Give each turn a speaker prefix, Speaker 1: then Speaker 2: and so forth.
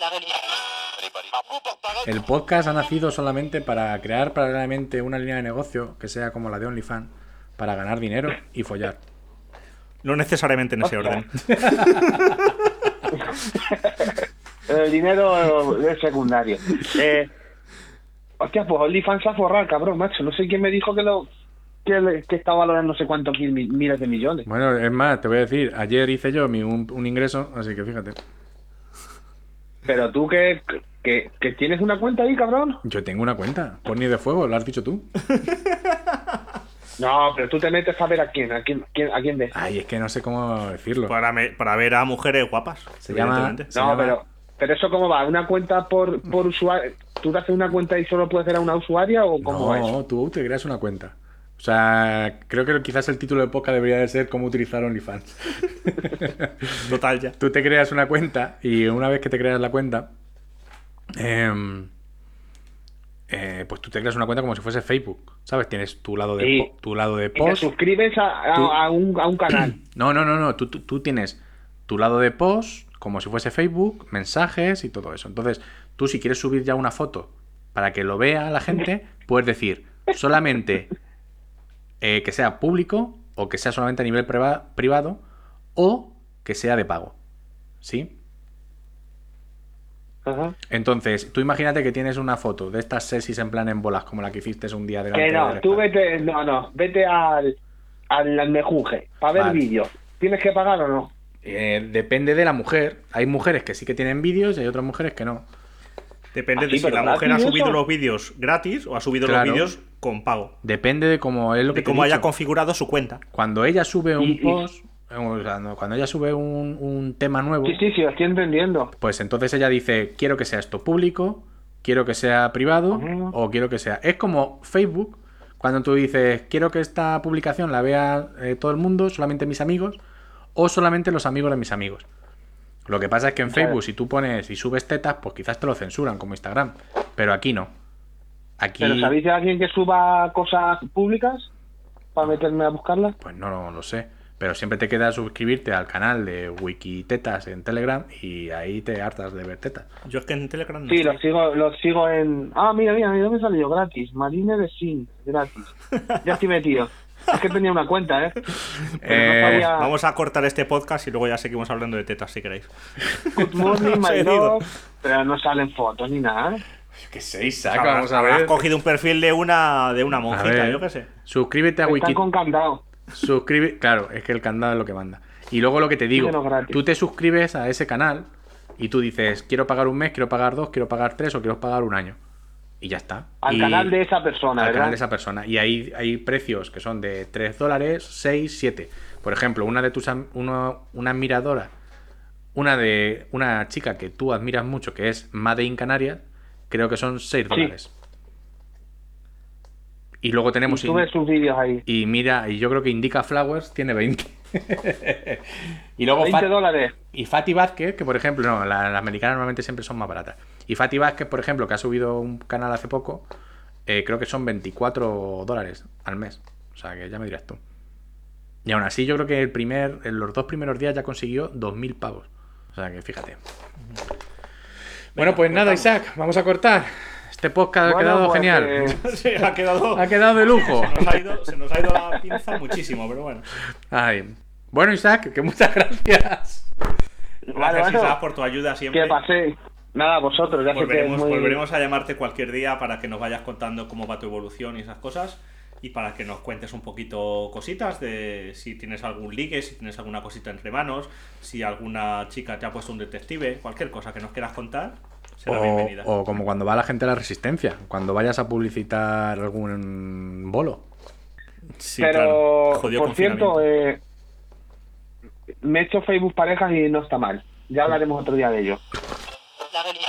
Speaker 1: la realidad.
Speaker 2: El podcast ha nacido solamente para crear paralelamente una línea de negocio que sea como la de OnlyFans, para ganar dinero y follar.
Speaker 3: No necesariamente en ese orden.
Speaker 4: El dinero es secundario. Eh, hostia, pues OnlyFans se ha forrado, cabrón, macho. No sé quién me dijo que lo que, le- que está valorando no sé cuántos mil, mil- miles de millones.
Speaker 2: Bueno, es más, te voy a decir, ayer hice yo mi- un, un ingreso, así que fíjate.
Speaker 4: Pero tú que, que, que tienes una cuenta ahí, cabrón.
Speaker 2: Yo tengo una cuenta, por ni de fuego, lo has dicho tú.
Speaker 4: No, pero tú te metes a ver a quién, a quién, quién- a quién ves.
Speaker 2: Ay, es que no sé cómo decirlo.
Speaker 4: Pues,
Speaker 3: Para, me- para ver a mujeres guapas.
Speaker 2: Se llama-
Speaker 3: evidentemente.
Speaker 2: se
Speaker 4: No,
Speaker 2: llama-
Speaker 4: pero, pero eso cómo va, una cuenta por, por usuario. ¿Tú te haces una cuenta y solo puedes ver a una usuaria o cómo es?
Speaker 2: No, tú te creas una cuenta. O sea, creo que quizás el título de podcast debería de ser cómo utilizar OnlyFans.
Speaker 3: Total ya.
Speaker 2: Tú te creas una cuenta y una vez que te creas la cuenta, em, eh, pues tú te creas una cuenta como si fuese Facebook, ¿sabes? Tienes tu lado de,
Speaker 4: Sí.
Speaker 2: po- tu lado de
Speaker 4: Y te
Speaker 2: post.
Speaker 4: suscribes a, a-
Speaker 2: Tú-
Speaker 4: a un, a un canal.
Speaker 2: No, no, no, no. Tú, tú- tú tienes tu lado de post, como si fuese Facebook, mensajes y todo eso. Entonces, tú si quieres subir ya una foto para que lo vea la gente, puedes decir solamente eh, que sea público o que sea solamente a nivel priva- privado o que sea de pago. ¿Sí?
Speaker 4: Ajá.
Speaker 2: Entonces, tú imagínate que tienes una foto de estas sesis en plan en bolas, como la que hiciste un día delante
Speaker 4: Que
Speaker 2: del
Speaker 4: no, tú
Speaker 2: espejo.
Speaker 4: vete, no, no, vete al, al almejunje para ver
Speaker 2: Vale.
Speaker 4: vídeos. ¿Tienes que pagar o no?
Speaker 2: Eh, depende de la mujer. Hay mujeres que sí que tienen vídeos y hay otras mujeres que no.
Speaker 3: Depende
Speaker 4: Ah,
Speaker 3: de
Speaker 4: sí,
Speaker 3: si
Speaker 4: pero
Speaker 3: la mujer ha
Speaker 4: gratis
Speaker 3: subido
Speaker 4: eso.
Speaker 3: los vídeos gratis o ha subido
Speaker 2: Claro.
Speaker 3: los vídeos con pago.
Speaker 2: Depende de cómo es lo que
Speaker 3: De
Speaker 2: te he
Speaker 3: cómo haya
Speaker 2: dicho.
Speaker 3: configurado su cuenta.
Speaker 2: Cuando ella sube un
Speaker 4: Y- y-
Speaker 2: post, eh, o sea, no, cuando ella sube un, un tema nuevo,
Speaker 4: Sí, sí, sí, lo estoy entendiendo.
Speaker 2: pues entonces ella dice, quiero que sea esto público, quiero que sea privado
Speaker 4: Ah.
Speaker 2: o quiero que sea... Es como Facebook, cuando tú dices, quiero que esta publicación la vea eh, todo el mundo, solamente mis amigos o solamente los amigos de mis amigos. Lo que pasa es que en
Speaker 4: Claro.
Speaker 2: Facebook, si tú pones y subes tetas, pues quizás te lo censuran como Instagram, pero aquí no. Aquí...
Speaker 4: ¿Pero sabéis de alguien que suba cosas públicas para meterme a buscarlas?
Speaker 2: Pues no, no lo sé. Pero siempre te queda suscribirte al canal de Wikitetas en Telegram y ahí te hartas de ver tetas.
Speaker 3: Yo es que en Telegram no
Speaker 4: Sí,
Speaker 3: estoy.
Speaker 4: los sigo, los sigo en... Ah, mira, mira, mira, me salió gratis. Marine de Sin, gratis. Ya estoy metido. Es que tenía una cuenta, ¿eh?
Speaker 2: Eh,
Speaker 4: Pero no sabía...
Speaker 3: Vamos a cortar este podcast y luego ya seguimos hablando de tetas si queréis.
Speaker 4: Good morning, my
Speaker 3: Sí,
Speaker 4: love.
Speaker 3: digo.
Speaker 4: Pero no salen fotos ni nada, ¿eh?
Speaker 2: Que se Isaac,
Speaker 3: Habrás-
Speaker 2: Ah, vamos a
Speaker 3: habrás
Speaker 2: ver.
Speaker 3: cogido un perfil de una de una
Speaker 2: A
Speaker 3: monjita,
Speaker 2: ver,
Speaker 3: yo qué sé.
Speaker 2: Suscríbete a
Speaker 4: Están
Speaker 2: Wiki.
Speaker 4: con candado.
Speaker 2: Suscribe... Claro, es que el candado es lo que manda. Y luego lo que te digo,
Speaker 4: Dímelo gratis.
Speaker 2: tú te suscribes a ese canal y tú dices, quiero pagar un mes, quiero pagar dos, quiero pagar tres o quiero pagar un año. Y ya está.
Speaker 4: Al
Speaker 2: Y-
Speaker 4: canal de esa persona,
Speaker 2: al
Speaker 4: ¿verdad?
Speaker 2: canal de esa persona. Y ahí hay precios que son de 3 dólares, 6, 7. Por ejemplo, una de tus am- uno- una admiradora, una de una chica que tú admiras mucho, que es Made in Canarias, creo que son 6 dólares. Y luego
Speaker 4: Y
Speaker 2: tenemos.
Speaker 4: sube sus vídeos ahí.
Speaker 2: Y mira, y yo creo que Indica Flowers tiene 20. y
Speaker 3: Oh,
Speaker 2: luego
Speaker 4: 20
Speaker 2: Fat-
Speaker 4: dólares.
Speaker 2: y Fati Vázquez, que por ejemplo, no, la- las americanas normalmente siempre son más baratas. Y Fati Vázquez, por ejemplo, que ha subido un canal hace poco, eh, creo que son 24 dólares al mes. O sea, que ya me dirás tú. Y aún así, yo creo que el primer, en los dos primeros días ya consiguió 2.000 pavos. O sea, que fíjate. bueno, pues nada, Isaac, vamos a cortar. Este podcast ha
Speaker 4: Bueno,
Speaker 2: quedado
Speaker 4: pues,
Speaker 2: genial.
Speaker 4: eh,
Speaker 3: Sí, ha quedado.
Speaker 2: Ha quedado de lujo.
Speaker 3: Se nos ha ido, se nos ha ido la pinza muchísimo, pero bueno.
Speaker 2: Ay. Bueno, Isaac, que muchas gracias.
Speaker 4: Vale,
Speaker 3: Gracias,
Speaker 4: bueno.
Speaker 3: Isaac, por tu ayuda siempre.
Speaker 4: que pasé. Nada, vosotros, ya sé que es
Speaker 3: Volveremos,
Speaker 4: muy...
Speaker 3: volveremos a llamarte cualquier día para que nos vayas contando cómo va tu evolución y esas cosas. Y para que nos cuentes un poquito cositas de si tienes algún ligue, si tienes alguna cosita entre manos, si alguna chica te ha puesto un detective, cualquier cosa que nos quieras contar, será
Speaker 2: O,
Speaker 3: bienvenida.
Speaker 2: o como cuando va la gente a la resistencia, cuando vayas a publicitar algún bolo.
Speaker 3: Sí,
Speaker 4: Pero,
Speaker 3: claro. Jodido
Speaker 4: por cierto,
Speaker 3: confinamiento.
Speaker 4: eh, me he hecho Facebook parejas y no está mal. Ya hablaremos otro día de ello.
Speaker 1: La realidad.